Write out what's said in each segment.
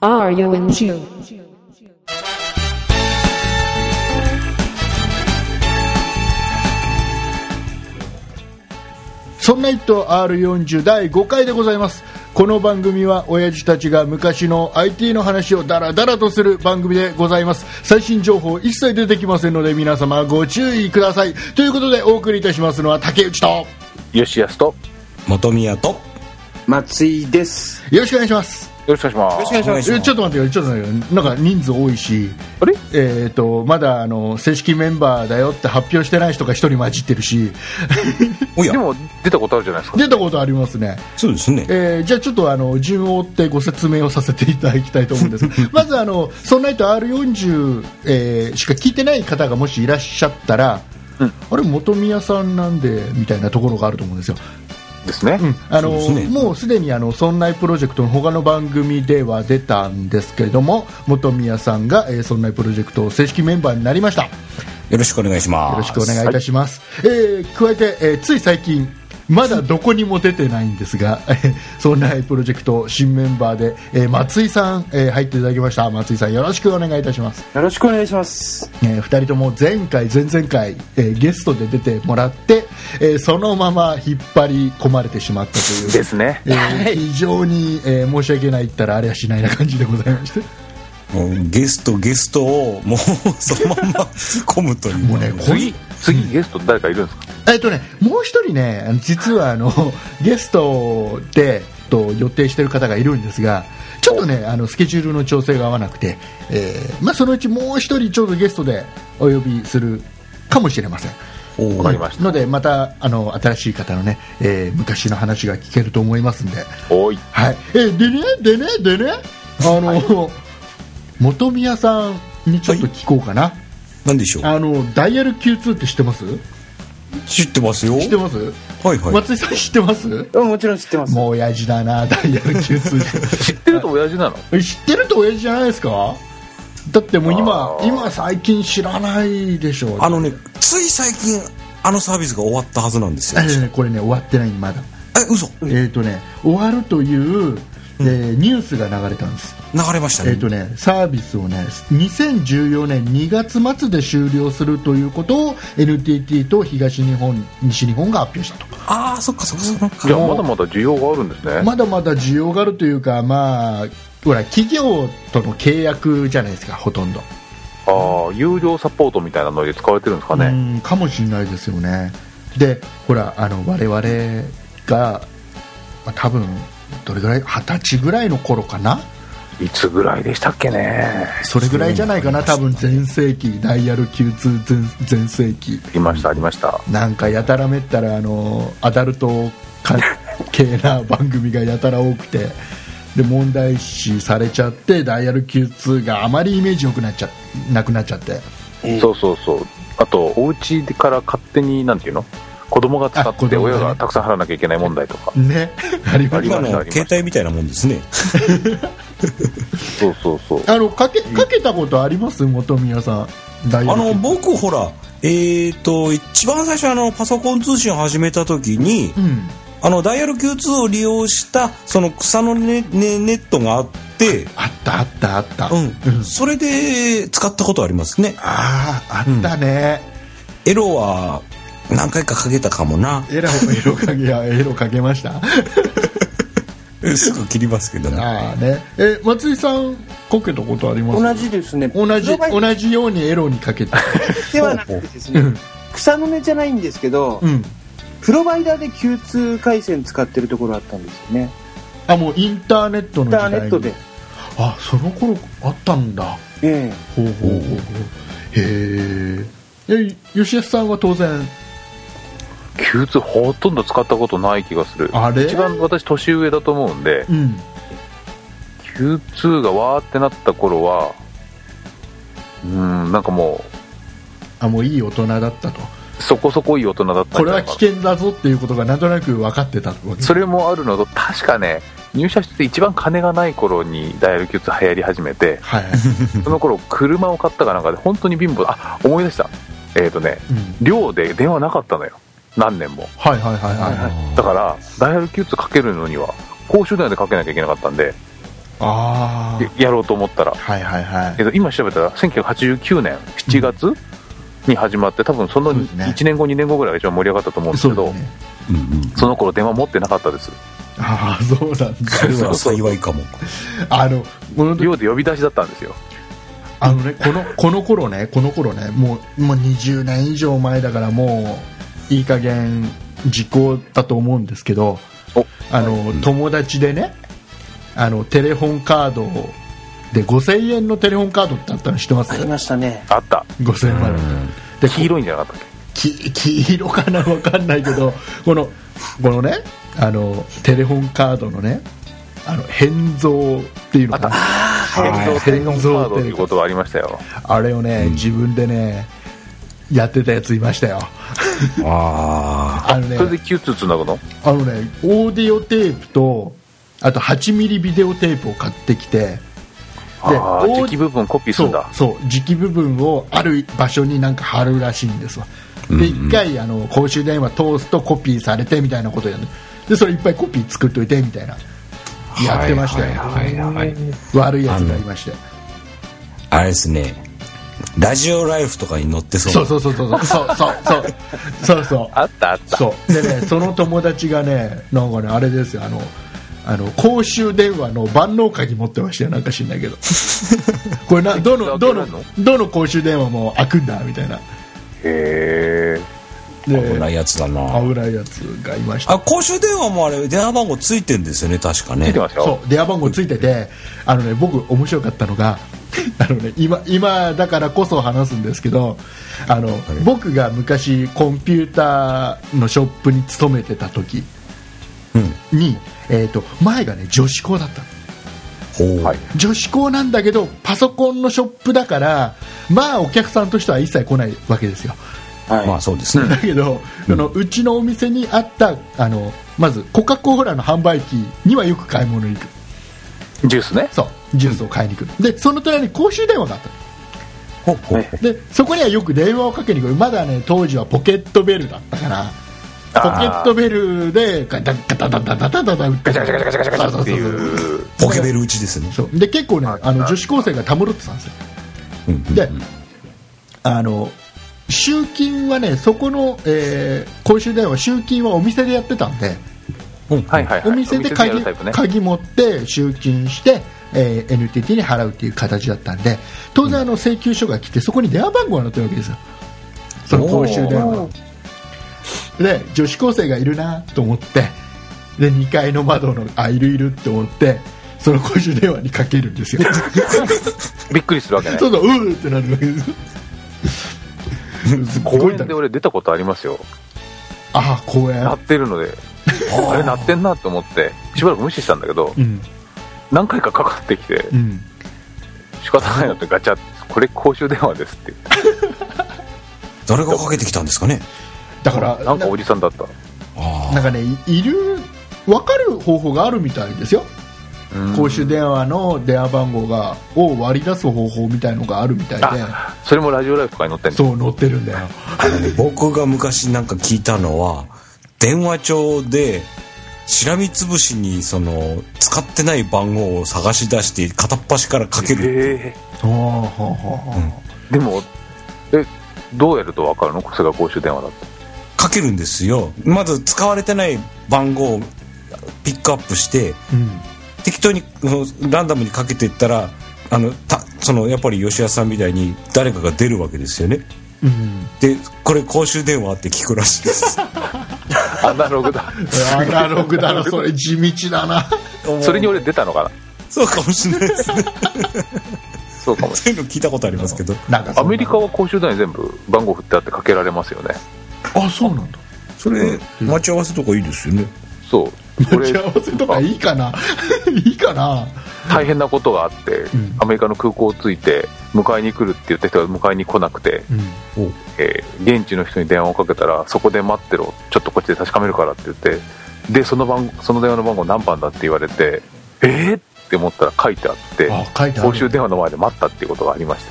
Are you in June? そんな一頭 R40 第5回でございますこの番組は親父たちが昔の IT の話をダラダラとする番組でございます最新情報一切出てきませんので皆様ご注意くださいということでお送りいたしますのは竹内とよ吉安とよ元宮と松井です。ろしくお願いしますろしくお願いしますお願いしえまちすょっと待ってよちょっと待ってよなんか人数多いしあれえー、とまだあの正式メンバーだよって発表してない人が一人混じってるし おやでも出たことあるじゃないですか出たことありますねそうですねえーじゃあちょっとあの順を追ってご説明をさせていただきたいと思うん ですまずあの「そんな人 R40、えーしか聞いてない方がもしいらっしゃったら、あれ元宮さんなんでみたいなところがあると思うんですよですね、あのそうですねもうすでにあの「そんないプロジェクト」の他の番組では出たんですけれども元宮さんが「えー、そんないプロジェクト」正式メンバーになりましたよろしくお願いしますよろしくお願いいたします、えー加えて、えーつい最近まだどこにも出てないんですが えーそんなプロジェクト新メンバーで、えー松井さん、えー入っていただきました松井さんよろしくお願いいたします、よろしくお願いします。え2人とも前回前々回、えーゲストで出てもらって、えーそのまま引っ張り込まれてしまったというですねえー非常に、えー申し訳ないったらあれはしないな感じでございましてもうゲストゲストをもうそのまんま 込むというもうねこ次次ゲスト誰かいるんですか、えっとね、もう一人ね、あの実はあのゲストでと予定してる方がいるんですが、ちょっとね、あのスケジュールの調整が合わなくて、えーまあ、そのうちもう一人、ちょうどゲストでお呼びするかもしれません。おーわかりましたので、またあの新しい方のね、えー昔の話が聞けると思いますんで、おいはい、えーでね、でね、でね、あの、元宮さんにちょっと聞こうかな、何でしょうあのダイヤル Q2 って知ってます知ってますよ知ってますはいはい松井さん知ってますうんもちろん知ってます。もう親父だなダイヤル Q2 知ってると親父なの知ってると親父じゃないですかだってもう今あー今最近知らないでしょうあのねつい最近あのサービスが終わったはずなんですよあれねこれね終わってないまだ、え嘘流えっ、とね終わるという、えーニュースが流れたんです、れましたえっ、ねとねサービスをね2014年2月末で終了するということを NTT と東日本西日本が発表したとああそっかそっかそっかじゃあまだまだ需要があるんです ね、まだまだ需要があるというか、まあ、ほら企業との契約じゃないですか、ほとんど。ああ有料サポートみたいなので使われてるんですかうね、んかもしれないですよね。で、ほら、あの我々が、まあ、多分どれぐらい、二十歳ぐらいの頃かな、いつぐらいでしたっけねそれぐらいじゃないかな、多分全盛期、ダイヤル Q2 全全盛期、いましたありましたなんかやたらめったら、あのアダルト関係な番組がやたら多くて。で問題視されちゃってダイヤル Q2 があまりイメージ良くなっちゃなくなっちゃってそうそうそうあとお家から勝手になんていうの子供が使あ子って供がね親がたくさん払わなきゃいけない問題とかねありまありす今ましたあの携りました帯みたいなもんですねそうそうそうあのかけかけたことあります元宮さんダイヤあルの僕ほらえっ、と一番最初あのパソコン通信を始めた時に、うんあのダイヤル Q2 を利用したその草のねねネットがあって、あったあったあった、うんそれで使ったことありますねあああったね、エロは何回かかけたかもなエロエロかけやエロかけましたえすぐ切りますけどねああねえ松井さんかけたことあります同じですね。同じプロバイダ同ーじようにエロにかけたではなくてですね。草の根じゃないんですけど、うんプロバイダーで Q2 回線使ってるところあったんですよね。あもうインターネットのイ時ンター代ネットで。あその頃あったんだえほうほうほうほうへえ吉安さんは当然 Q2 ほとんど使ったことない気がするあれ一番私年上だと思うんでうん Q2 がわーってなった頃はうんなんかもあもういい大人だったとうそこそこいい大人だったこんじれゃなはいか危な険だぞっていうことがなんとなく分かってたわけそれもあるのと確かね入社して一番金がない頃にダイヤル Q2 流行り始めて はいはい、その頃車を買ったかなんかで本当に貧乏あ思い出したえっ、とねうん寮で電話なかったのよ何年もはいはいはいはいはいだからダイヤル Q2 かけるのには公衆電話でかけなきゃいけなかったんであーややろうと思ったら、はいはいはえっと今調べたら1989年7月に始まって多分そのそうですね1年後2年後ぐらいが一番盛り上がったと思うんいですそうけどだそ,、ねうんうん。の頃電話持ってなかったですああ そうなんそれだは幸いかも。あのこの時寮で呼び出しだったんですよあのねこのこの頃ねこの頃ねもうもう20年以上前だからもういい加減時効だと思うんですけどおあの、友達でねあのテレホンカードで5000円のテレホンカードってあったの知ってますありましたね。あった5000円までで黄色いんじゃなかったっき黄色かな分かんないけどこのこのねあのテレホンカードのねあの変造っていうのかなけはい変造テレホンカード変造ということはありましたよあれをね、自分でねやってたやついましたよああのねそれで Q2 つなぐのあのねオーディオテープとあと8ミリビデオテープを買ってきてああお磁気部分コピーすそるんうだそう磁気部分をある場所になんか貼るらしいんですわで一回あの公衆電話通すとコピーされてみたいなことやるでそれいっぱいコピー作っといてみたいなあ。やってましたよ、はいはいはいはい。悪いやつがいましてあれですね。ラジオライフとかに乗ってそう。そうそうそうそうそうそうそうそうそうあったあったそうで ねその友達がねなんかねあれですよあのあの公衆電話の万能鍵持ってましたよなんか知んないけど これなどのどのどの公衆電話も開くんだみたいなへえで危ないやつだな。危ないやつがいましたあ、公衆電話もあれ、電話番号ついてんですよね、確かついねて。ましたよそう電話番号ついててあの、ね、僕、面白かったのが あの、ね、今今だからこそ話すんですけどあの、僕が昔コンピューターのショップに勤めてた時に、えー、と前が、ね、女子校だったのほう。はい女子校なんだけどパソコンのショップだからまあお客さんとしては一切来ないわけですよ。はい。まあそうですね。だけど、うのうちのお店にあったあのまずコカ・コーラの販売機にはよく買い物に行くジュースねそうジュースを買いに行く、でその隣に公衆電話があったほうほう。のでそこにはよく電話をかけに来るまだね当時はポケットベルだったからポケットベルでガタガタガタガタガタガガチャガチャガチャガチャガチャガチャってそうそうそうそういうポケベル打ちですね。そうで結構ねあの女子高生がたむろってたんですようんうんであの集金はねそこの、えー公衆電話集金はお店でやってたんで、うんはいはいはいお店でや鍵るタイプね鍵持って集金して、えー NTT に払うという形だったんで当然あの請求書が来てそこに電話番号が載ってるわけですよその公衆電話ので女子高生がいるなと思ってで2階の窓のあいるいるって思ってその公衆電話にかけるんです よびっくりするわけないそうそううーってなるわけ ですよすっ公ごい園楽しでい俺出たことありますよああ公園鳴って るのであれ鳴ってんなと思ってしばらく無視したんだけどうん何回かかかってきてうん仕方ないなってガチャってこれ公衆電話ですって言っ誰がかけてきたんですかね。だからてなんかおじさんだったあなんかね、いいる、分かる方法があるみたいですよ、公衆電話の電話番号がを割り出す方法みたいのがあるみたいで、あそれもラジオライフとかに載ってんのそう、載ってるんだよ、あ。あのね僕が昔なんか聞いたのは、電話帳で、しらみつぶしに、その、使ってない番号を探し出して、片っ端からかける。えほうほうほうほうーでもえどうやるとわかるのそれが公衆電話だってかけるんですよまず使われてない番号をピックアップしてうん適当にうんランダムにかけていったらあのたそのやっぱり吉谷さんみたいに誰かが出るわけですよねうん、でこれ公衆電話って聞くらしいです アナログだアナログだな、 それ、地道だな、 それに俺出たのかなそうかもしれないですねそうかもしそういうの聞いたことありますけどなんかそれないんアなメリカは公衆電話に全部番号振ってあってかけられますよねあそうなんだ、それ待ち合わせとかいいですよね そうこ打れち合わせとかいいかな、 いいかな、大変なことがあって、んアメリカの空港を着いて迎えに来るって言った人が迎えに来なくて、うん、えー現地の人に電話をかけたらそこで待ってろちょっとこっちで確かめるからって言ってでその番その電話の番号何番だって言われてえっ、って思ったら書いてあってあ書いてある公衆電話の前で待ったっていうことがありまし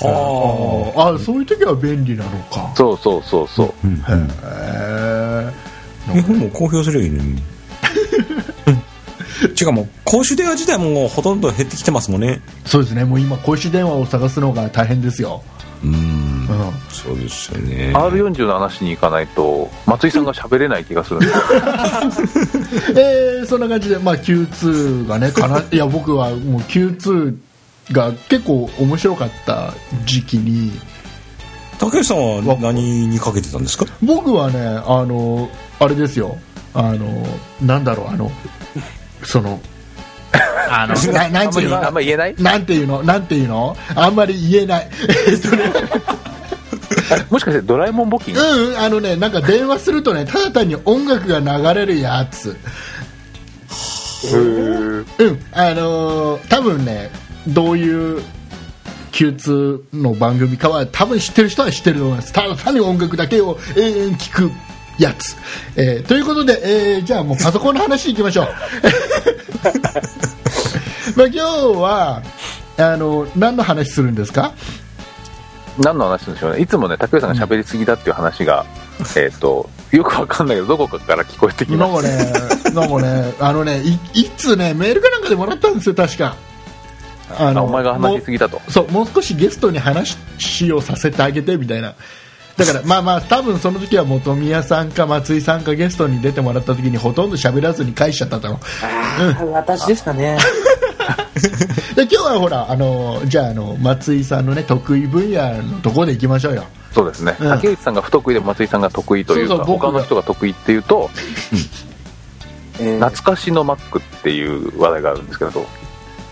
たはああそういう時は便利なのかそうそうそうそうあ、うんうんへ日本も公表すればいいのに。ちゅうかもう公衆電話自体もほとんど減ってきてますもんね。えそうですねもう今公衆電話を探すのが大変ですよ、うんうん、そうですよね R40 の話に行かないと松井さんが喋れない気がするんですよえーそんな感じで、まあ、Q2 がねかないや僕はもう Q2 が結構面白かった時期に竹内さんは何にかけてたんですか僕はねあのあれですよあのなんだろうあのそのあの ななあんんていうまりのあんまり言えないなんていうのなんていうのあんまり言えないえっとねあれもしかしてドラえもん募金うんうんあのねなんか電話するとねただ単に音楽が流れるやつうんあのー多分ねどういう Q2 の番組かは多分知ってる人は知ってると思いますただ単に音楽だけを永遠聞くやつ、えーということで、えーじゃあもうパソコンの話いきましょうまあ今日はあの何の話するんですか何の話なんでしょうねいつもね竹内さんが喋りすぎだっていう話が、えっとよくわかんないけどどこかから聞こえてきまなんしかね、なんかね、あのね、いいつね、メールかなんかでもらったんですよ、確か。あたあお前が話しすぎだともうそう、もう少しゲストに話をさせてあげてみたいな。だから、まあまあ、多分その時は本宮さんか松井さんかゲストに出てもらった時にほとんど喋らずに返しちゃったと思う。ああ、私ですかね。で、今日はほら、あの、じゃあ、あの、松井さんのね、得意分野のところで行きましょうよ。そうですね、うん竹内さんが不得意でも松井さんが得意というそかうそう僕が他の人が得意っていうとえー、懐かしのマックっていう話題があるんですけど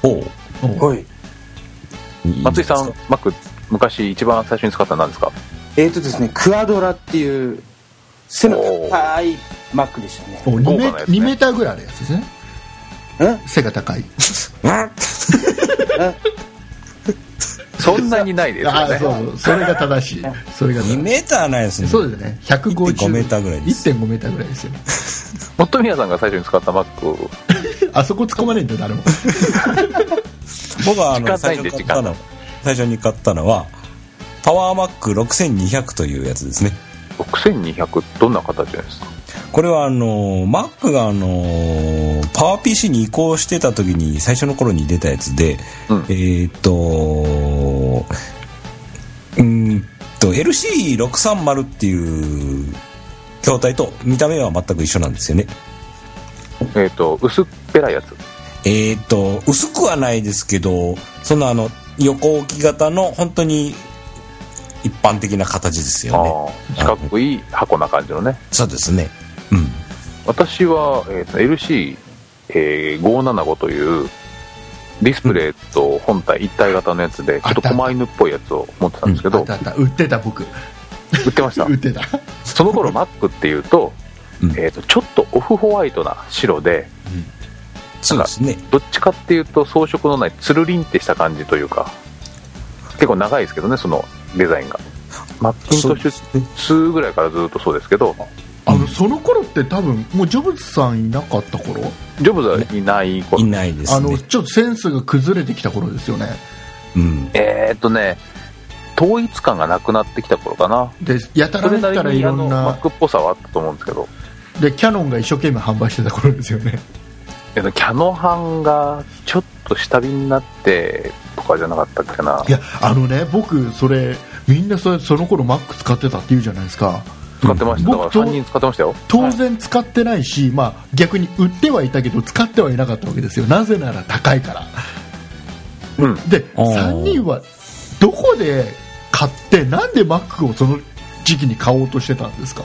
おうはい。松井さんマック昔一番最初に使ったのは何ですかえーとですね、クアドラっていう、背の高いマックでしたね。お2メ豪華なやつね2メーターぐらいあるやつですね。え背が高い。あそんなにないですあよあ、ねそうそう、それが正しい。それが正しい2メーターないですね。そうですね、150 1.5メーターぐらいです1.5メーターぐらい ですよ。本宮さんが最初に使ったマックあそこ突っ込まねえんだよ、誰も。僕はあ時の間な最いん初でに買ったの、最初に買ったのは、パワーマック6200というやつですね。 6200どんな形ですかこれはあの、Mac があの、パワー PC に移行してた時に最初の頃に出たやつで、うんえーっと、うーんと、LC630 っていう筐体と見た目は全く一緒なんですよね。えっ、と薄っぺらいやつえーっと、薄くはないですけど、そんなあの、横置き型の本当に一般的な形ですよね。ああ四角い箱な感じのねそうですね。うん。私は、えーと LC、えー575というディスプレイと本体一体型のやつでちょっと狛犬っぽいやつを持ってたんですけあど、ったあった、売ってた、僕。売ってました売ってた。 その頃 Mac っていうと,、うんえー、とちょっとオフホワイトな白でそうですね。どっちかっていうと装飾のないつるりんってした感じというか結構長いですけどねそのデザインがマッキントッシュ2ぐらいからずっとそうですけどあの、その頃って多分、もうジョブズさんいなかった頃、ジョブズはいない頃いないですね。あの、ちょっとセンスが崩れてきた頃ですよね。うん。えー、っとね統一感がなくなってきた頃かなで、やたそらめれっなたらりいにあろのんマッな、クっぽさはあったと思うんですけどで、キャノンが一生懸命販売してた頃ですよね。えっとキャノハンがちょっと下火になってとかじゃなかったっけないや、あのね、僕、それ、みんなそれその頃 Mac 使ってたって言うじゃないですか。使ってましただから僕と3人使ってましたよ当然使ってないし、まあ、逆に売ってはいたけど使ってはいなかったわけですよなぜなら高いからうんであー3人はどこで買ってなんで Mac をその時期に買おうとしてたんですか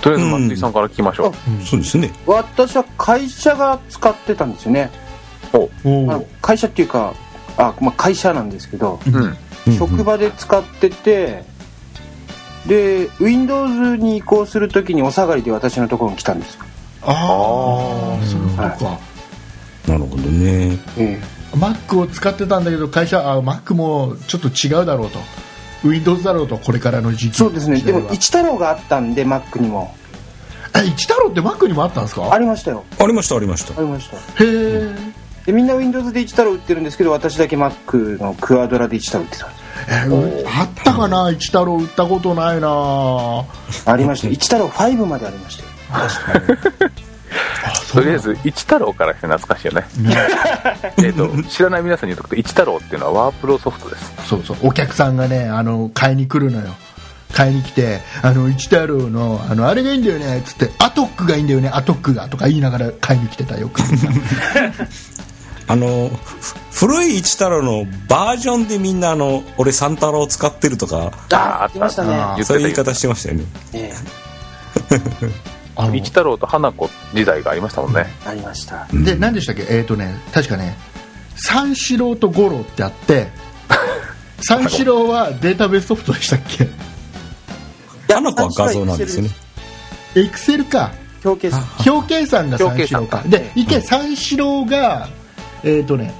とりあえず松井さんから聞きましょう、そうですね。私は会社が使ってたんですよね。おあの会社っていうか、あ、まあ、会社なんですけど、うん職場で使ってて、で、Windows に移行するときにお下がりで私のところに来たんですよ。あああーそういうことか、なるほどね。え Mac を使ってたんだけど会社あ Mac もちょっと違うだろうと Windows だろうとこれからの時え期そうですね。時代ではも、一太郎があったんで、Mac にも。え一太郎って Mac にもあったんですかありましたよありましたありましたありましたへえでみんな Windows で1太郎売ってるんですけど私だけ Mac のクアドラで1太郎売ってたんでえーあったかな一太郎売ったことないなすありました1太郎5までありましたよとりあえず一太郎からして懐かしいよね えっと知らない皆さんに言うとくと一太郎っていうのはワープロソフトですそうそうお客さんがねあの買いに来るのよ買いに来て「あの一太郎のあのあれがいいんだよね」っつって「アトックがいいんだよねアトックが」とか言いながら 買いに来てたよくあのふ古い一太郎のバージョンでみんなあの俺三太郎使ってるとかあありましたあね言ってそたういう言い方してましたよねえあの一太郎と花子時代がありましたもんねえありましたで何でしたっけえっ、とね確かね三四郎と五郎ってあって 三四郎はデータベースソフトでしたっけ花子は画像なんですよねエクセルか表計算表計算が三四郎か表計算かで一回三四郎がえっ、とね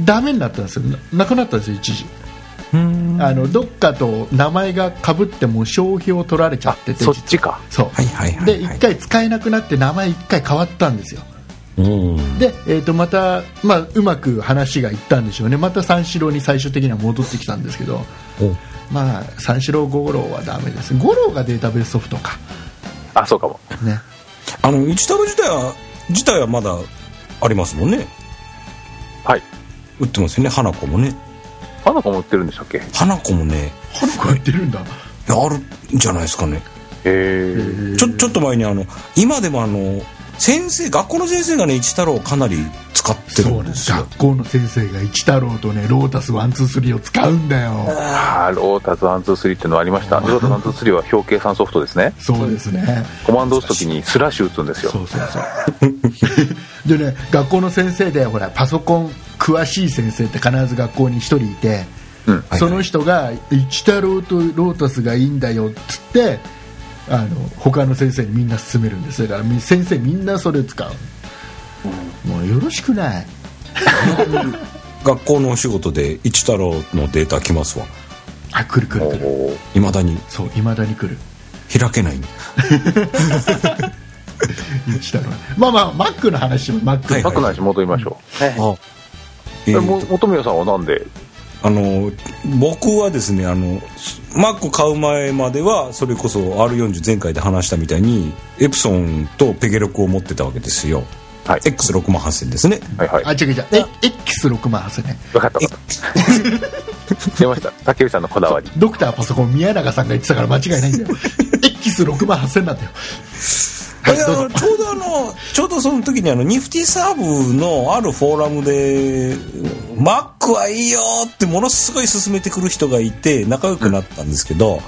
ダメになったんですよななくなったんですよ一時あのどっかと名前がかぶっても商標を取られちゃっててそっちかそうはいはいはいではい一回使えなくなって名前一回変わったんですようんで、えー、とまた、まあ、うまく話がいったんでしょうねまた三四郎に最終的には戻ってきたんですけど、まあ、三四郎五郎はダメです五郎がデータベースソフトかあそうかもねあの一太郎自体は自体はまだありますもんねはい売ってますよね花子もね花子も売ってるんでしたっけへ花子もね花子が言ってるんだあるんじゃないですかねえちょちょっと前にあの今でもあの先生学校の先生がね一太郎をかなり使ってそうるなんんでですすよ学校の先生が一太郎とねロータスワンツースリーを使うんだよあーロータスワンツースリーっていうのはありましたロータスワンツースリーは表計算ソフトですねそうですねコマンドを押すときにスラッシュ打つんですよそうそうそう でね学校の先生でほらパソコン詳しい先生って必ず学校に1人いて、うんはいはいその人が「一太郎とロータスがいいんだよ」っつってあの他の先生にみんな勧めるんですだからみ先生みんなそれ使う、もうよろしくない学校のお仕事で一太郎のデータ来ますわあ来る来る来るおーいまだにそういまだに来る開けないんで一太郎まあまあマックの話もマック、はいマックの話戻りましょう、はいはいあええーもと本宮さんはなんであの僕はですねあのマック買う前まではそれこそ R40 前回で話したみたいにエプソンとペゲロクを持ってたわけですよはい X6 万8000ですねはいはいあ違う違うえ X6 万8000ね分かった分か った出ました竹内さんのこだわりドクターパソコン宮永さんが言ってたから間違いないんだよ X6 万8000なんだよあれあのちょうどあのちょうどその時にあのニフティサーブのあるフォーラムで「マックはいいよ!」ってものすごい勧めてくる人がいて仲良くなったんですけど、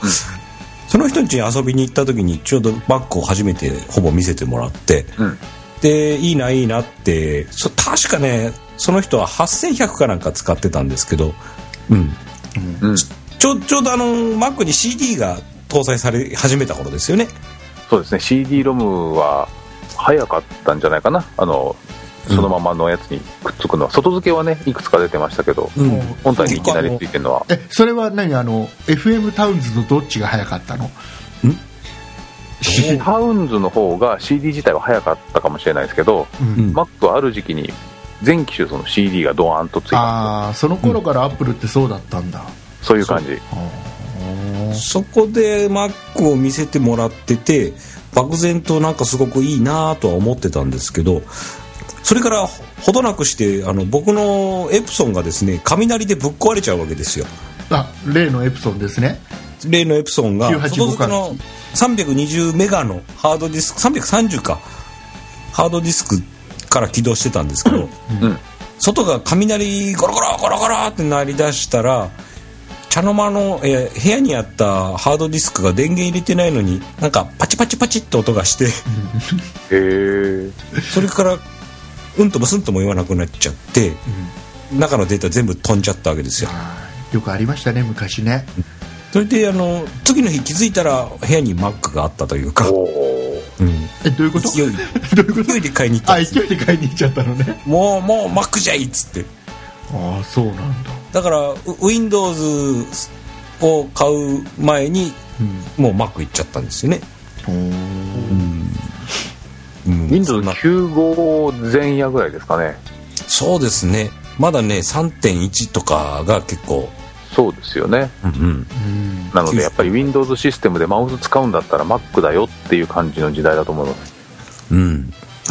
その人ん家に遊びに行った時にちょうどマックを初めてほぼ見せてもらって、うんでいいないいなってそ確かねその人は8100かなんか使ってたんですけど、うん、うんちょちょうどあのマックに CD が搭載され始めた頃ですよねそうですね CD ロムは早かったんじゃないかなあのそのままのやつにくっつくのは、外付けはねいくつか出てましたけど、うん本体にいきなりついてるのはえそれは何あの FM タウンズとどっちが早かったのタウンズの方が CD 自体は早かったかもしれないですけど、うんうん Mac はある時期に全機種その CD がドーンとついたんでああその頃からアップルってそうだったんだ、すよそういう感じそこで Mac を見せてもらってて漠然となんかすごくいいなとは思ってたんですけどそれからほほどなくしてあの僕のエプソンがですね雷でぶっ壊れちゃうわけですよあ例のエプソンですね例のエプソンが985外付けの320メガのハードディスク330かハードディスクから起動してたんですけど、うん外が雷ゴロゴロゴロゴロって鳴り出したら茶の間の、えー部屋にあったハードディスクが電源入れてないのになんかパチパチパチって音がしてへえそれからうんともすんとも言わなくなっちゃって、中のデータ全部飛んじゃったわけですよあーよくありましたね昔ねそれであの次の日気づいたら部屋に Mac があったというか、おーうん、えどういうこと勢い どういうこと勢いで買いに行ったあんです勢いで買いに行っちゃったのねもうもう Mac じゃいいっつってああそうなんだだからウ Windows を買う前に、もう Mac 行っちゃったんですよねほーそんな Windows95 前夜ぐらいですかねそうですねまだね3.1とかが結構そうですよねうんうんなのでやっぱり Windows システムでマウス使うんだったら Mac だよっていう感じの時代だと思いますう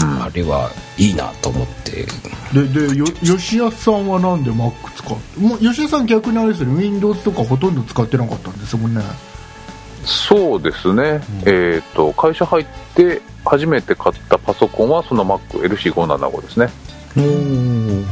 ん、あれはいいなと思ってででよ吉安さんはなんで Mac 使うもう吉安さん逆にあれですよね Windows とかほとんど使ってなかったんですもんねそうですね、えっ、と会社入って初めて買ったパソコンはその MacLC575 ですねうん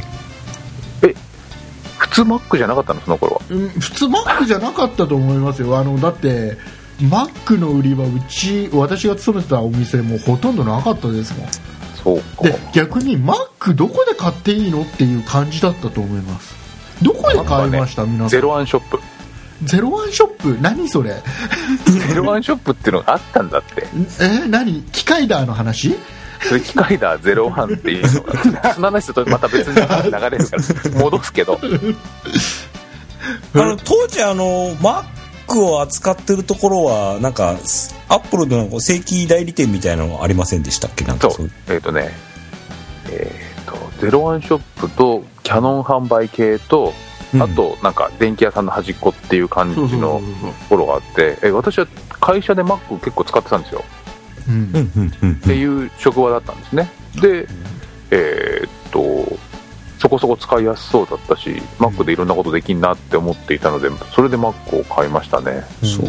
普通 Mac じゃなかったのその頃はうん普通 Mac じゃなかったと思いますよあのだって Mac の売りはうち私が勤めてたお店もほとんどなかったですもんそうかで逆に Mac どこで買っていいのっていう感じだったと思いますどこで買いました、皆さゼんロワンショップゼロワンショップ何それゼロワンショップっていうのがあったんだってえ何機械ダーの話それ機械だゼロワンっていうのがその話だとまた別に流れるから戻すけどあの当時あの Mac を扱ってるところはなんかアップルの正規代理店みたいなのありませんでしたっけなんかそそううえっ、とねえっ、とゼロワンショップとキャノン販売系とうんあとなんか電気屋さんの端っこっていう感じのところがあってえ私は会社で Mac 結構使ってたんですようんうんうんうんっていう職場だったんですねでえーっとそこそこ使いやすそうだったし Mac でいろんなことできんなって思っていたのでそれで Mac を買いましたねそう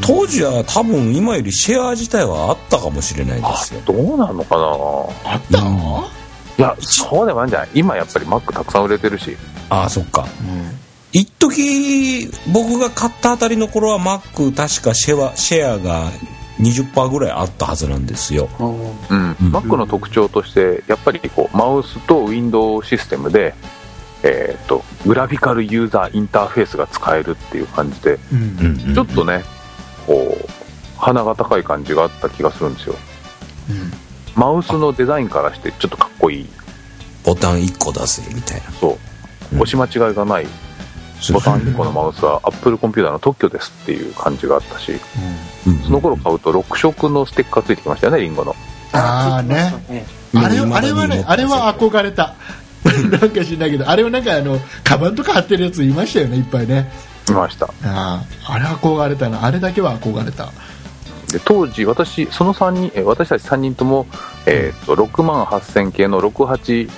当時は多分今よりシェア自体はあったかもしれないであすよどうなのかなあったいやそうでもないんじゃない今やっぱり Mac たくさん売れてるしああそっか一時僕が買ったあたりの頃は Mac 確かシェアシェアが20%ぐらいあったはずなんですようん、Mac の特徴としてやっぱりこうマウスと Windows システムで、えーっとグラフィカルユーザーインターフェースが使えるっていう感じでうんうんうんちょっとねこう鼻が高い感じがあった気がするんですよマウスのデザインからしてちょっとかっこいいボタン1個出せみたいなそううん押し間違いがないボタン1個のマウスは Apple コンピューターの特許ですっていう感じがあったしうんその頃買うと6色のステッカーついてきましたよねリンゴのあーねねうんあれ今あれはまでにねもあれは憧れた なんか知んないけどあれはなんかあのカバンとか貼ってるやついましたよねいっぱいねいましたあーあれ憧れたなあれだけは憧れたで当時私その3人え私たち3人とも、えー、と6万8000系の68030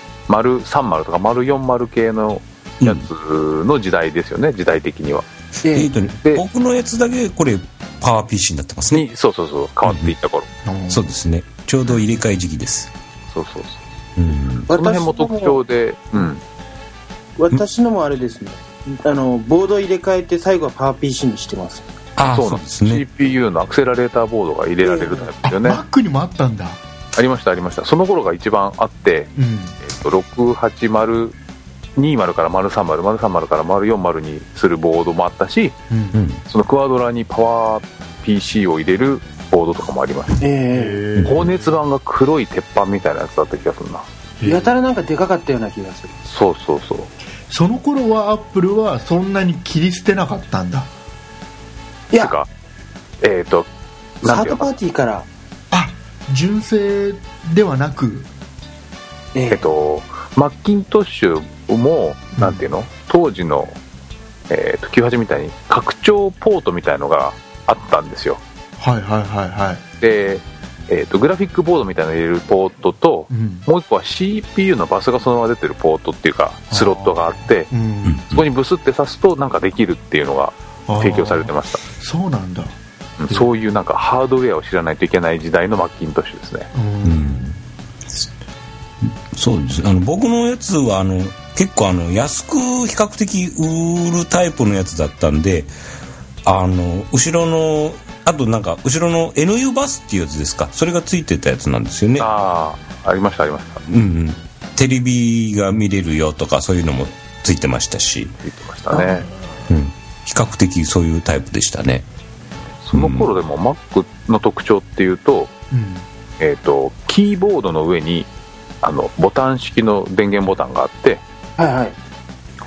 とか040系のやつの時代ですよね、時代的にはえでーとねで僕のやつだけこれパワー PC になってますねにそうそうそう変わっていった頃、そうですねちょうど入れ替え時期ですそうそうそううんその辺も特徴でうん私のもあれですねあのボード入れ替えて最後はパワー PC にしてますああそうそなうんでですす、ね CPU のアクセラレーターボードが入れられるタイプですよね、マックにもあったんだありましたありましたその頃が一番あって、うんえっと680 20から030、030から040にするボードもあったし、うんうんそのクワドラにパワー PC を入れるボードとかもありました。えへ高熱板が黒い鉄板みたいなやつだった気がするな。えやたらなんかでかかったような気がするそうそうそう。その頃はアップルはそんなに切り捨てなかったんだいてやか、えっ、と、なサんーていうのかドパなーティーからあ純正ではなくええっ、と、マッキントッシュも、なんていうの当時の、えっ、と、98みたいに拡張ポートみたいのがあったんですよ。はいはいはいはい、で、えー、とグラフィックボードみたいなの入れるポートと、うんもう一個は CPU のバスがそのまま出てるポートっていうかスロットがあってうん、そこにブスって刺すとなんかできるっていうのが提供されてまましたすそうなんだうんそういうなんかハードウェアを知らないといけない時代のマッキントッシュですねうんうんそうですあの僕のやつはあの結構あの安く比較的売るタイプのやつだったんであの後ろのあとなんか後ろの NU バスっていうやつですかそれがついてたやつなんですよねああありましたありましたうんうんテレビが見れるよとかそういうのもついてましたし、言ってましたねうん、比較的そういうタイプでしたねその頃でも Mac の特徴っていうと,、うんえー、とキーボードの上にあのボタン式の電源ボタンがあってはいはい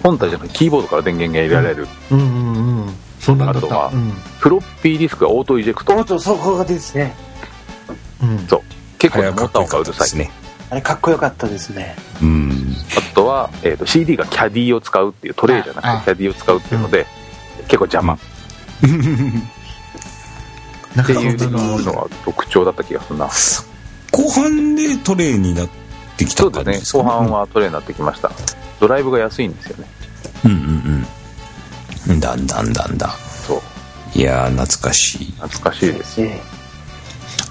本体じゃなくてキーボードから電源が入れられる、うんうんうんそんなんだったあとはうんフロッピーディスクがオートイジェクトおっとそこがですねうんそう結構ね早かっボタこンよかがっうたでるさすい、ね。あれかっこよかったですねうん。あとは、えー、と CD がキャディを使うっていうトレイじゃなああくてキャディを使うっていうので、結構邪魔っなてるいうほどのが特徴だった気がするな後半でトレイになってきそたうで感すじねですか後半。はトレイになってきましたドライブが安いんですよねうんうんうん。だんだんだんだん。そういやー、懐かしい。懐かしいですええ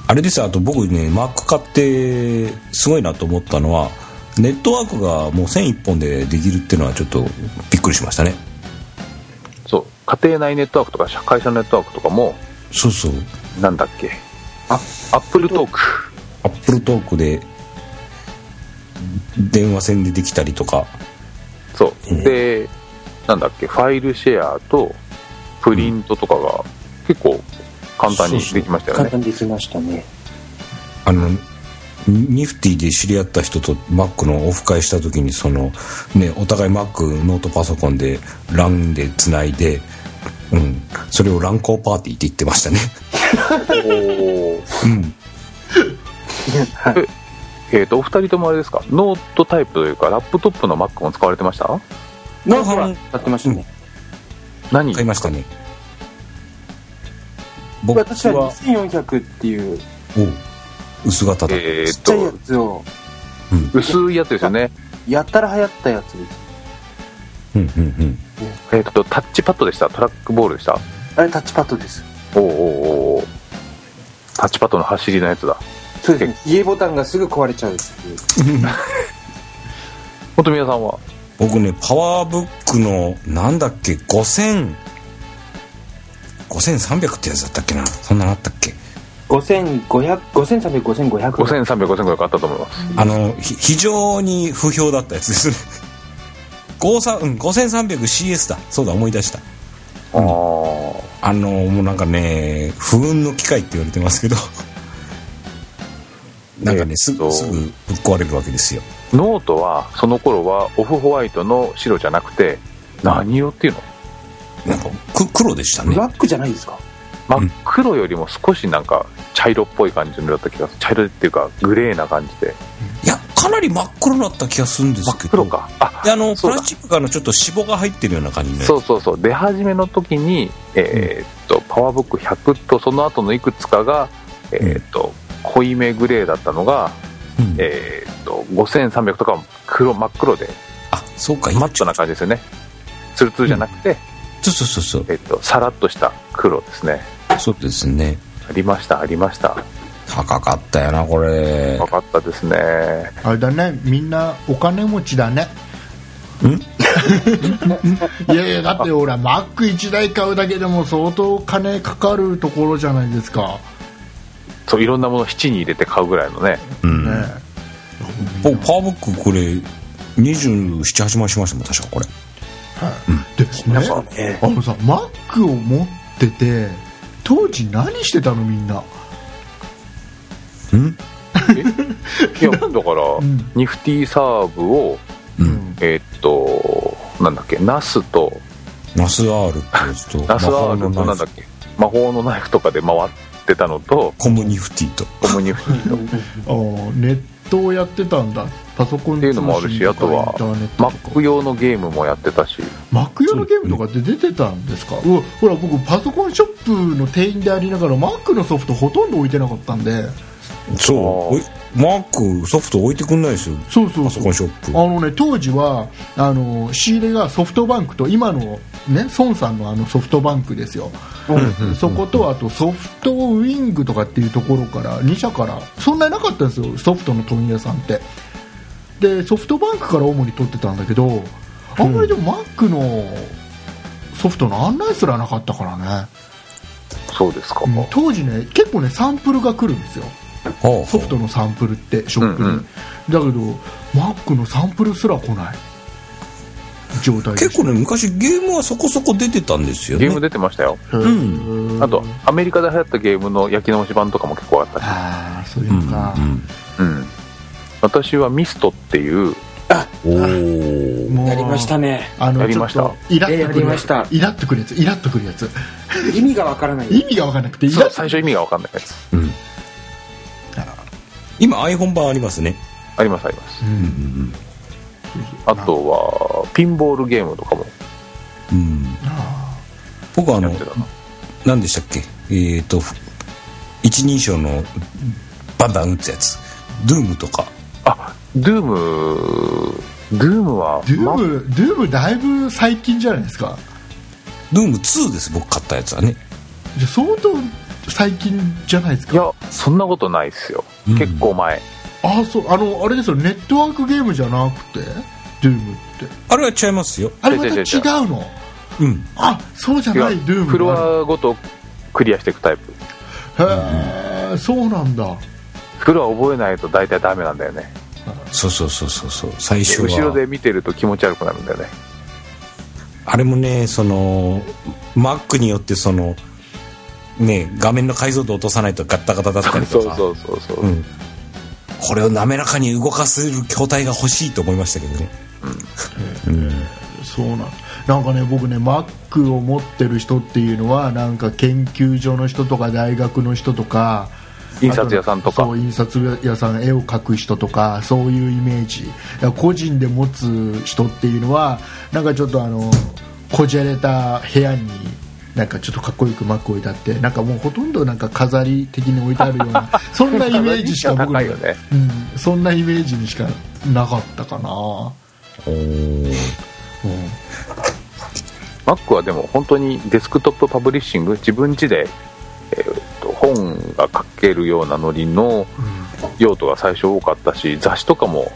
あれですよあと僕ね、マック買って、すごいなと思ったのは、ネットワークがもう線一本でできるっていうのはちょっとびっくりしましたね。そう家庭内ネットワークとか社会社ネットワークとかもそうそう。なんだっけあアップルトークアップルトークで、電話線でできたりとか。そうでなんだっけファイルシェアとプリントとかが結構簡単にできましたよ簡ね単にできました ねあのニフティで知り合った人と Mac のオフ会した時にその、ね、お互い Mac ノートパソコンで LAN でつないで、うん、それを LAN コーパーティーって言ってましたね、おーうん、はいえー、とお二人ともあれですかノートタイプというかラップトップの Mac も使われてましたノートは使ってましたね、何買いましたね僕私はは2400っていうちお薄型だ、えっー、ちゃいやとつを薄いやつですよねやったら流行ったやつですうんうんうん、えー、とタッチパッドでしたトラックボールでしたあれタッチパッドですおーおーおーおータッチパッドの走りのやつだそうですね家ボタンがすぐ壊れちゃうっていう本当皆さんは僕ねパワーブックのなんだっけ5000 5300ってやつだったっけなそんなのあったっけ5500 5300 5500 53005500あったと思いますあの、ひ非常に不評だったやつですね。53うん 5300CS だ。そうだ、思い出した。あーあの、もうなんかね、不運の機械って言われてますけど、なんかえね、ーすとぐ、すぐぶっ壊れるわけですよ。ノートはその頃はオフホワイトの白じゃなくて何色っていうのなんか、く黒でしたねブ。ラックじゃないですか真っ黒よりも少しなんか茶色っぽい感じの色だった気がする茶色っていうかグレーな感じでいや、かなり真っ黒だった気がするんです真っけど。黒かあで。あの、プそうだラスチックがあの、ちょっと脂肪が入ってるような感じね。そうそうそう出始めの時に、えーっとパワーブック100とその後のいくつかが、えーっと濃いめグレーだったのが、うんえーっと5300とかは黒真っ黒であ、そうか、マ今ッちょトな感じですよねツルツルじゃなくて、そうそうそうそう。えーっとさらっとした黒ですねそうですね。ありましたありました高かったよな、これ。分かったですねあれだねみんなお金持ちだね いやいやだってほらマック1台買うだけでも相当金かかるところじゃないですか、そういろんなもの7に入れて買うぐらいの ねうんね。僕パワーブックこれ278万しましたもん確かこれでなんねかねあのさマックを持ってて当時何してたのみんなうんいやだから、んニフティサーブをうんえーっとなんだっけナスとナスアールってやつと ナスアール魔の法なんだっけ魔法のナイフとかで回ってたのとコムニフティとコムニフティとあーネットをやってたんだパソコンっていうのもある しあとはマック用のゲームもやってたしマック用のゲームとかって出てたんですか、うわほら僕パソコンショップの店員でありながらマックのソフトほとんど置いてなかったんでそうあーおいマークソフト置いてくんないですよそうそうパソそうコンショップあのね、当時はあの仕入れがソフトバンクと今の、ね、孫さんのあのソフトバンクですよ、そことあとソフトウィングとかっていうところから2社からそんなになかったんですよソフトの問屋さんってでソフトバンクから主に取ってたんだけどあんまりでもマックのソフトの案内すらなかったからね、そうですか、うん当時ね結構ねサンプルが来るんですよほうソフトのサンプルってショップに、うんうんだけどマックのサンプルすら来ない状態でした結構ね昔ゲームはそこそこ出てたんですよゲねーム出てましたようんあとアメリカで流行ったゲームの焼き直し版とかも結構あったし、ああそういううんのか、うん、私はミストっていうんうおおもうやりましたねあのやりちょまっしたとイラッとくえやるりやまつしたイラッとくるやつイラッとくるやつ意味がわからない意味が分からなくてイそラうッと最初意味が分かんないやつうん今 iPhone 版ありますねありますあります、うんあとはピンボールゲームとかもうん僕はあやのってたな何でしたっけえっ、とふ一人称のバンバン打つやつドゥームとかあドゥームドゥームはドゥまーム、ドゥームだいぶ最近じゃないですか。ドゥーム2です僕買ったやつはねじゃあ相当最近じゃないですいか。やそんなことないっすよ、うん結構前あ、そう、あの、あれですよ、ネットワークゲームじゃなくて、ドゥームって。あれは違いますよあれまた違う違違う違ううのうんあ、そうじゃ違ない、ドゥーうム。フロアごとクリアしていくタイプへえ、そうなんだ。フロア覚えないと大体ダメなんだよねそうそうそうそうそう最初は後ろで見てると気持ち悪くなるんだよねあれもねその Mac によってそのね画面の解像度落とさないとガッタガタだったりとそかう そうそうそう、うん、これを滑らかに動かせる筐体が欲しいと思いましたけどねそうなんなんかね僕ね Mac を持ってる人っていうのはなんか研究所の人とか大学の人とか印刷屋さんとかあそう印刷屋さん絵を描く人とかそういうイメージだから個人で持つ人っていうのはなんかちょっとあのこじゃれた部屋になんかちょっとかっこよく Mac 置いてあってなんかもうほとんどなんか飾り的に置いてあるよう なそんなイメージしか僕には高いよねうん、そんなイメージにしかなかったかな。うんマックはでも本当にデスクトップパブリッシング自分家で、えーっと本が書けるようなノリの用途が最初多かったし雑誌とかも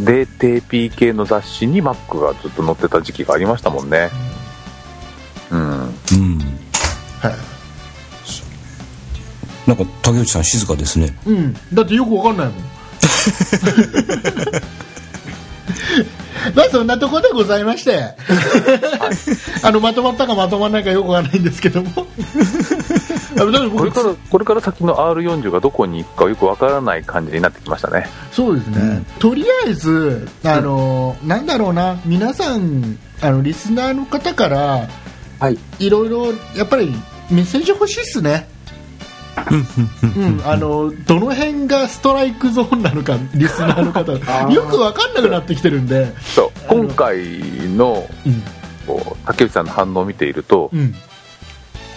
DTP 系の雑誌にマックがずっと載ってた時期がありましたもんねうんうんはいなんか竹内さん静かですねうん、だってよくわかんないもん。まあそんなとこでございまして、あのまとまったかまとまらないかよくわかんないんですけども、 あのだってこ僕れからこれから先の R40 がどこに行くかよくわからない感じになってきましたねそうですね、とりあえず、あのなんだろうな、皆さん、あのリスナーの方から、はいいろいろやっぱりメッセージ欲しいっすね。うん、あのどの辺がストライクゾーンなのかリスナーの 方ーよく分かんなくなってきてるんで、そう今回のうんこう竹内さんの反応を見ていると、うん、やっ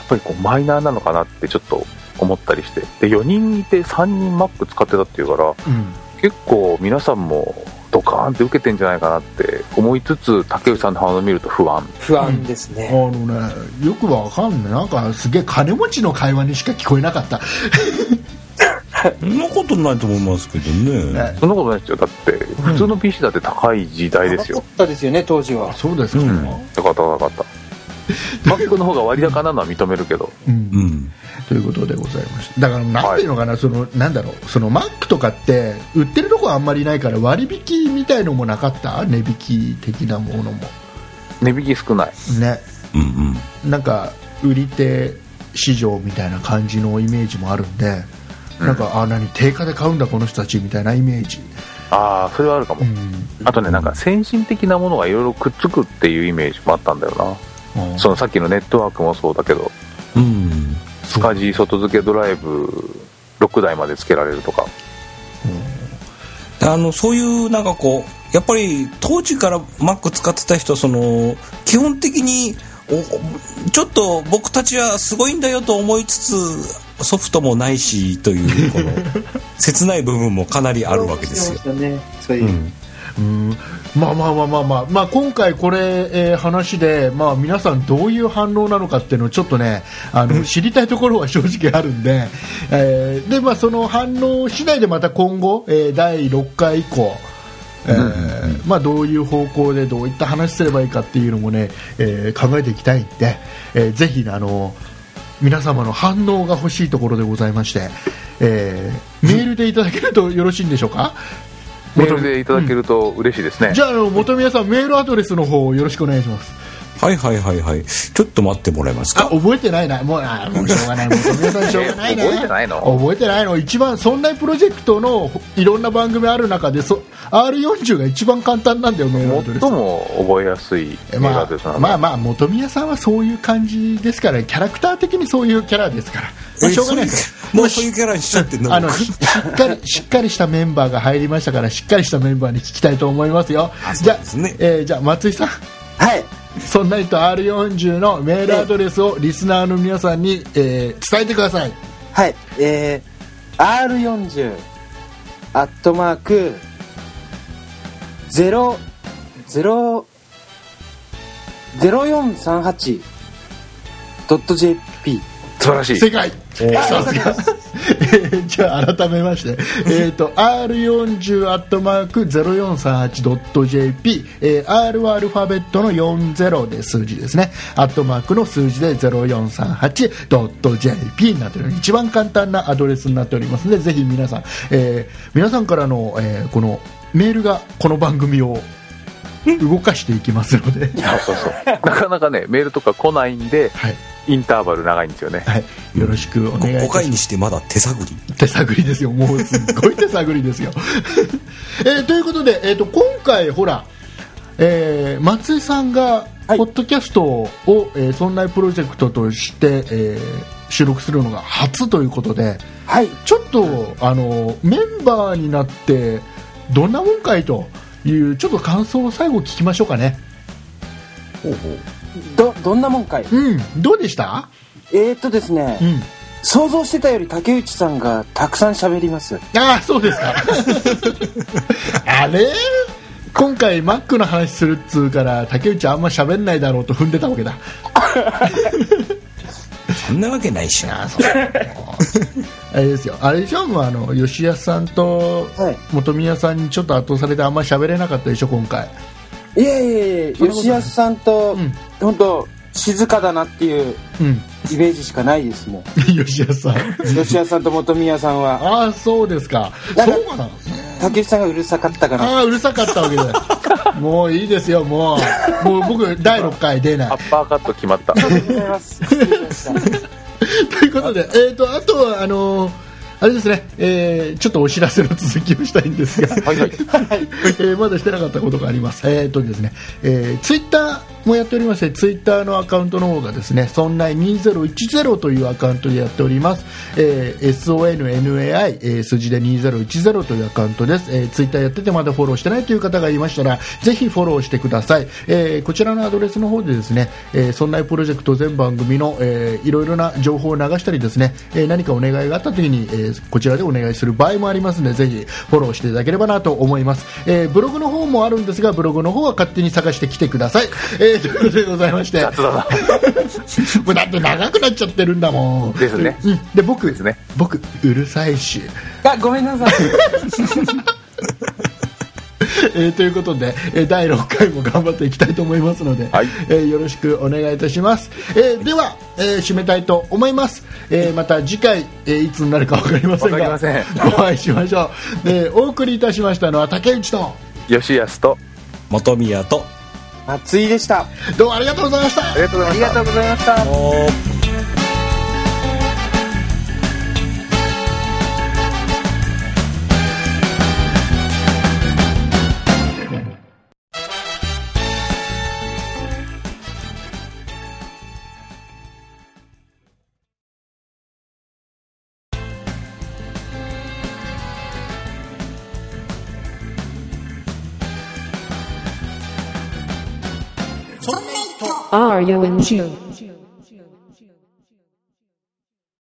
ぱりこうマイナーなのかなってちょっと思ったりしてで4人いて3人マック使ってたっていうからうん、結構皆さんもドカーンって受けてんじゃないかなって思いつつ竹内さんの反応を見ると不安不安ですねあ、のねよく分かんないなんかすげえ金持ちの会話にしか聞こえなかったそんなことないと思いますけどねねそんなことないですよだって普通の PC だって高い時代です高よかったですよね当時はそうですかだから高かったマックの方が割高なのは認めるけどうんうんということでございましただからなんていうのかな、そのなんだろうそのマックとかって売ってるとこはあんまりないから割引みたいのもなかった値引き的なものも値引き少ないねうんうんなんか売り手市場みたいな感じのイメージもあるんで、なんかあ何定価で買うんだこの人たちみたいなイメージ、ああそれはあるかも、うんあとねなんか先進的なものがいろいろくっつくっていうイメージもあったんだよなそのさっきのネットワークもそうだけどうんそうカジ外付けドライブ6台まで付けられるとかあのそういうなんかこうやっぱり当時から Mac 使ってた人はその基本的におちょっと僕たちはすごいんだよと思いつつソフトもないしというこ の切ない部分もかなりあるわけですよ。そうねそういうう、んうんまあまあまあまあまあ、まあ、今回これ、えー話で、まあ、皆さんどういう反応なのかっていうのをちょっとねあの知りたいところは正直あるんで、えーでまあ、その反応次第でまた今後、えー第6回以降、えーまあ、どういう方向でどういった話すればいいかっていうのもね、えー考えていきたいんで、えーぜひあの皆様の反応が欲しいところでございまして、えーメールでいただけるとよろしいんでしょうか。メールでいただけると嬉しいですね、じゃあ、あの、元宮さん、メールアドレスの方をよろしくお願いします。はいはいはいはい。ちょっと待ってもらえますあか。覚えてないなもうあもうしょ うがないもう富田さんしょうがないね覚えてないの覚えてないの一番そんなプロジェクトのほいろんな番組ある中でそ R40 が一番簡単なんだよメールアドレス最も覚えやすい映ま画あですな、まあまあ元宮さんはそういう感じですからキャラクター的にそういうキャラですから、まあしょうがないですえそういうもうそういうキャラにしちゃってんの。あのししっかりしっかりしたメンバーが入りましたからしっかりしたメンバーに聞きたいと思いますよじゃそうであ、すねえーじゃあ松井さんはいそんな人 R40 のメールアドレスをリスナーの皆さんに、えー伝えてくださいはいえー、R40 アットマーク0 0 0438ドット JP 素晴らしい世界さすがえーじゃあ改めまして、えー、と R40 アットマーク 0438.jp、えー R はアルファベットの40で数字ですねアットマークの数字で 0438.jp になっている一番簡単なアドレスになっておりますのでぜひ皆さん、えー皆さんからの、えーこのメールがこの番組を動かしていきますので、そうそうそうなかなかねメールとか来ないんではいインターバル長いんですよねはい、よろしくお願いいた5します回にしてまだ手探り。手探りですよ、もうすっごい手探りですよ。 えーということで、えー、と今回、ほら、えー松井さんが、はいポッドキャストを、えー、そんなプロジェクトとして、えー収録するのが初ということで、はいちょっとあのメンバーになって、どんなもんかいという、ちょっと感想を最後、聞きましょうかね。どどんなもんかいうん、どうでした、えー、っとですね、うん想像してたより竹内さんがたくさん喋りますああそうです かあれ今回マックの話するっつうから竹内あんま喋んないだろうと踏んでたわけだそんなわけないっしょ。あそう あれですよあれでしょもうあの吉安さんとはい本宮さんにちょっと圧倒されてあんま喋れなかったでしょ今回いやいやいやそんなことない吉安さんと、ん本当静かだなっていううん イメージしかないですもん吉安さん吉安さんと本宮さんはああそうですかなんかそうかな竹内さんがうるさかったかな ああうるさかったわけだよもういいですよもうもう僕第6回出ないアッパーカット決まったありがとうございます失礼しましたということで、えー、とあとはあのーあれですね、えーちょっとお知らせの続きをしたいんですが、はいはいえーまだしてなかったことがあります。えっ、とですね、えツイッター Twitter もやっておりまして、ツイッターのアカウントの方がですね、そんない2010というアカウントでやっております。えー sonnai、えー数字で2010というアカウントです。えツイッター Twitter やっててまだフォローしてないという方がいましたら、ぜひフォローしてください。えーこちらのアドレスの方でですね、えー、そんなプロジェクト全番組の、えーいろいろな情報を流したりですね、えー何かお願いがあった時に、えーこちらでお願いする場合もありますので、ぜひフォローしていただければなと思います。えーブログの方もあるんですが、ブログの方は勝手に探してきてください。えーということでございまして、 雑だなもうだって長くなっちゃってるんだもん。ですねうん、で、僕ですね僕、うるさいし。あごめんなさい えーということで、えー第6回も頑張っていきたいと思いますので、はいえーよろしくお願いいたします、えーでは、えー締めたいと思います、えーまた次回、えーいつになるか分かりませんがわかりま お会いしましょう、えーお送りいたしましたのは竹内と吉安と元宮と。松井でしたどうもありがとうございましたありがとうございあましりたがとうございましたおーあ R ん n ゅう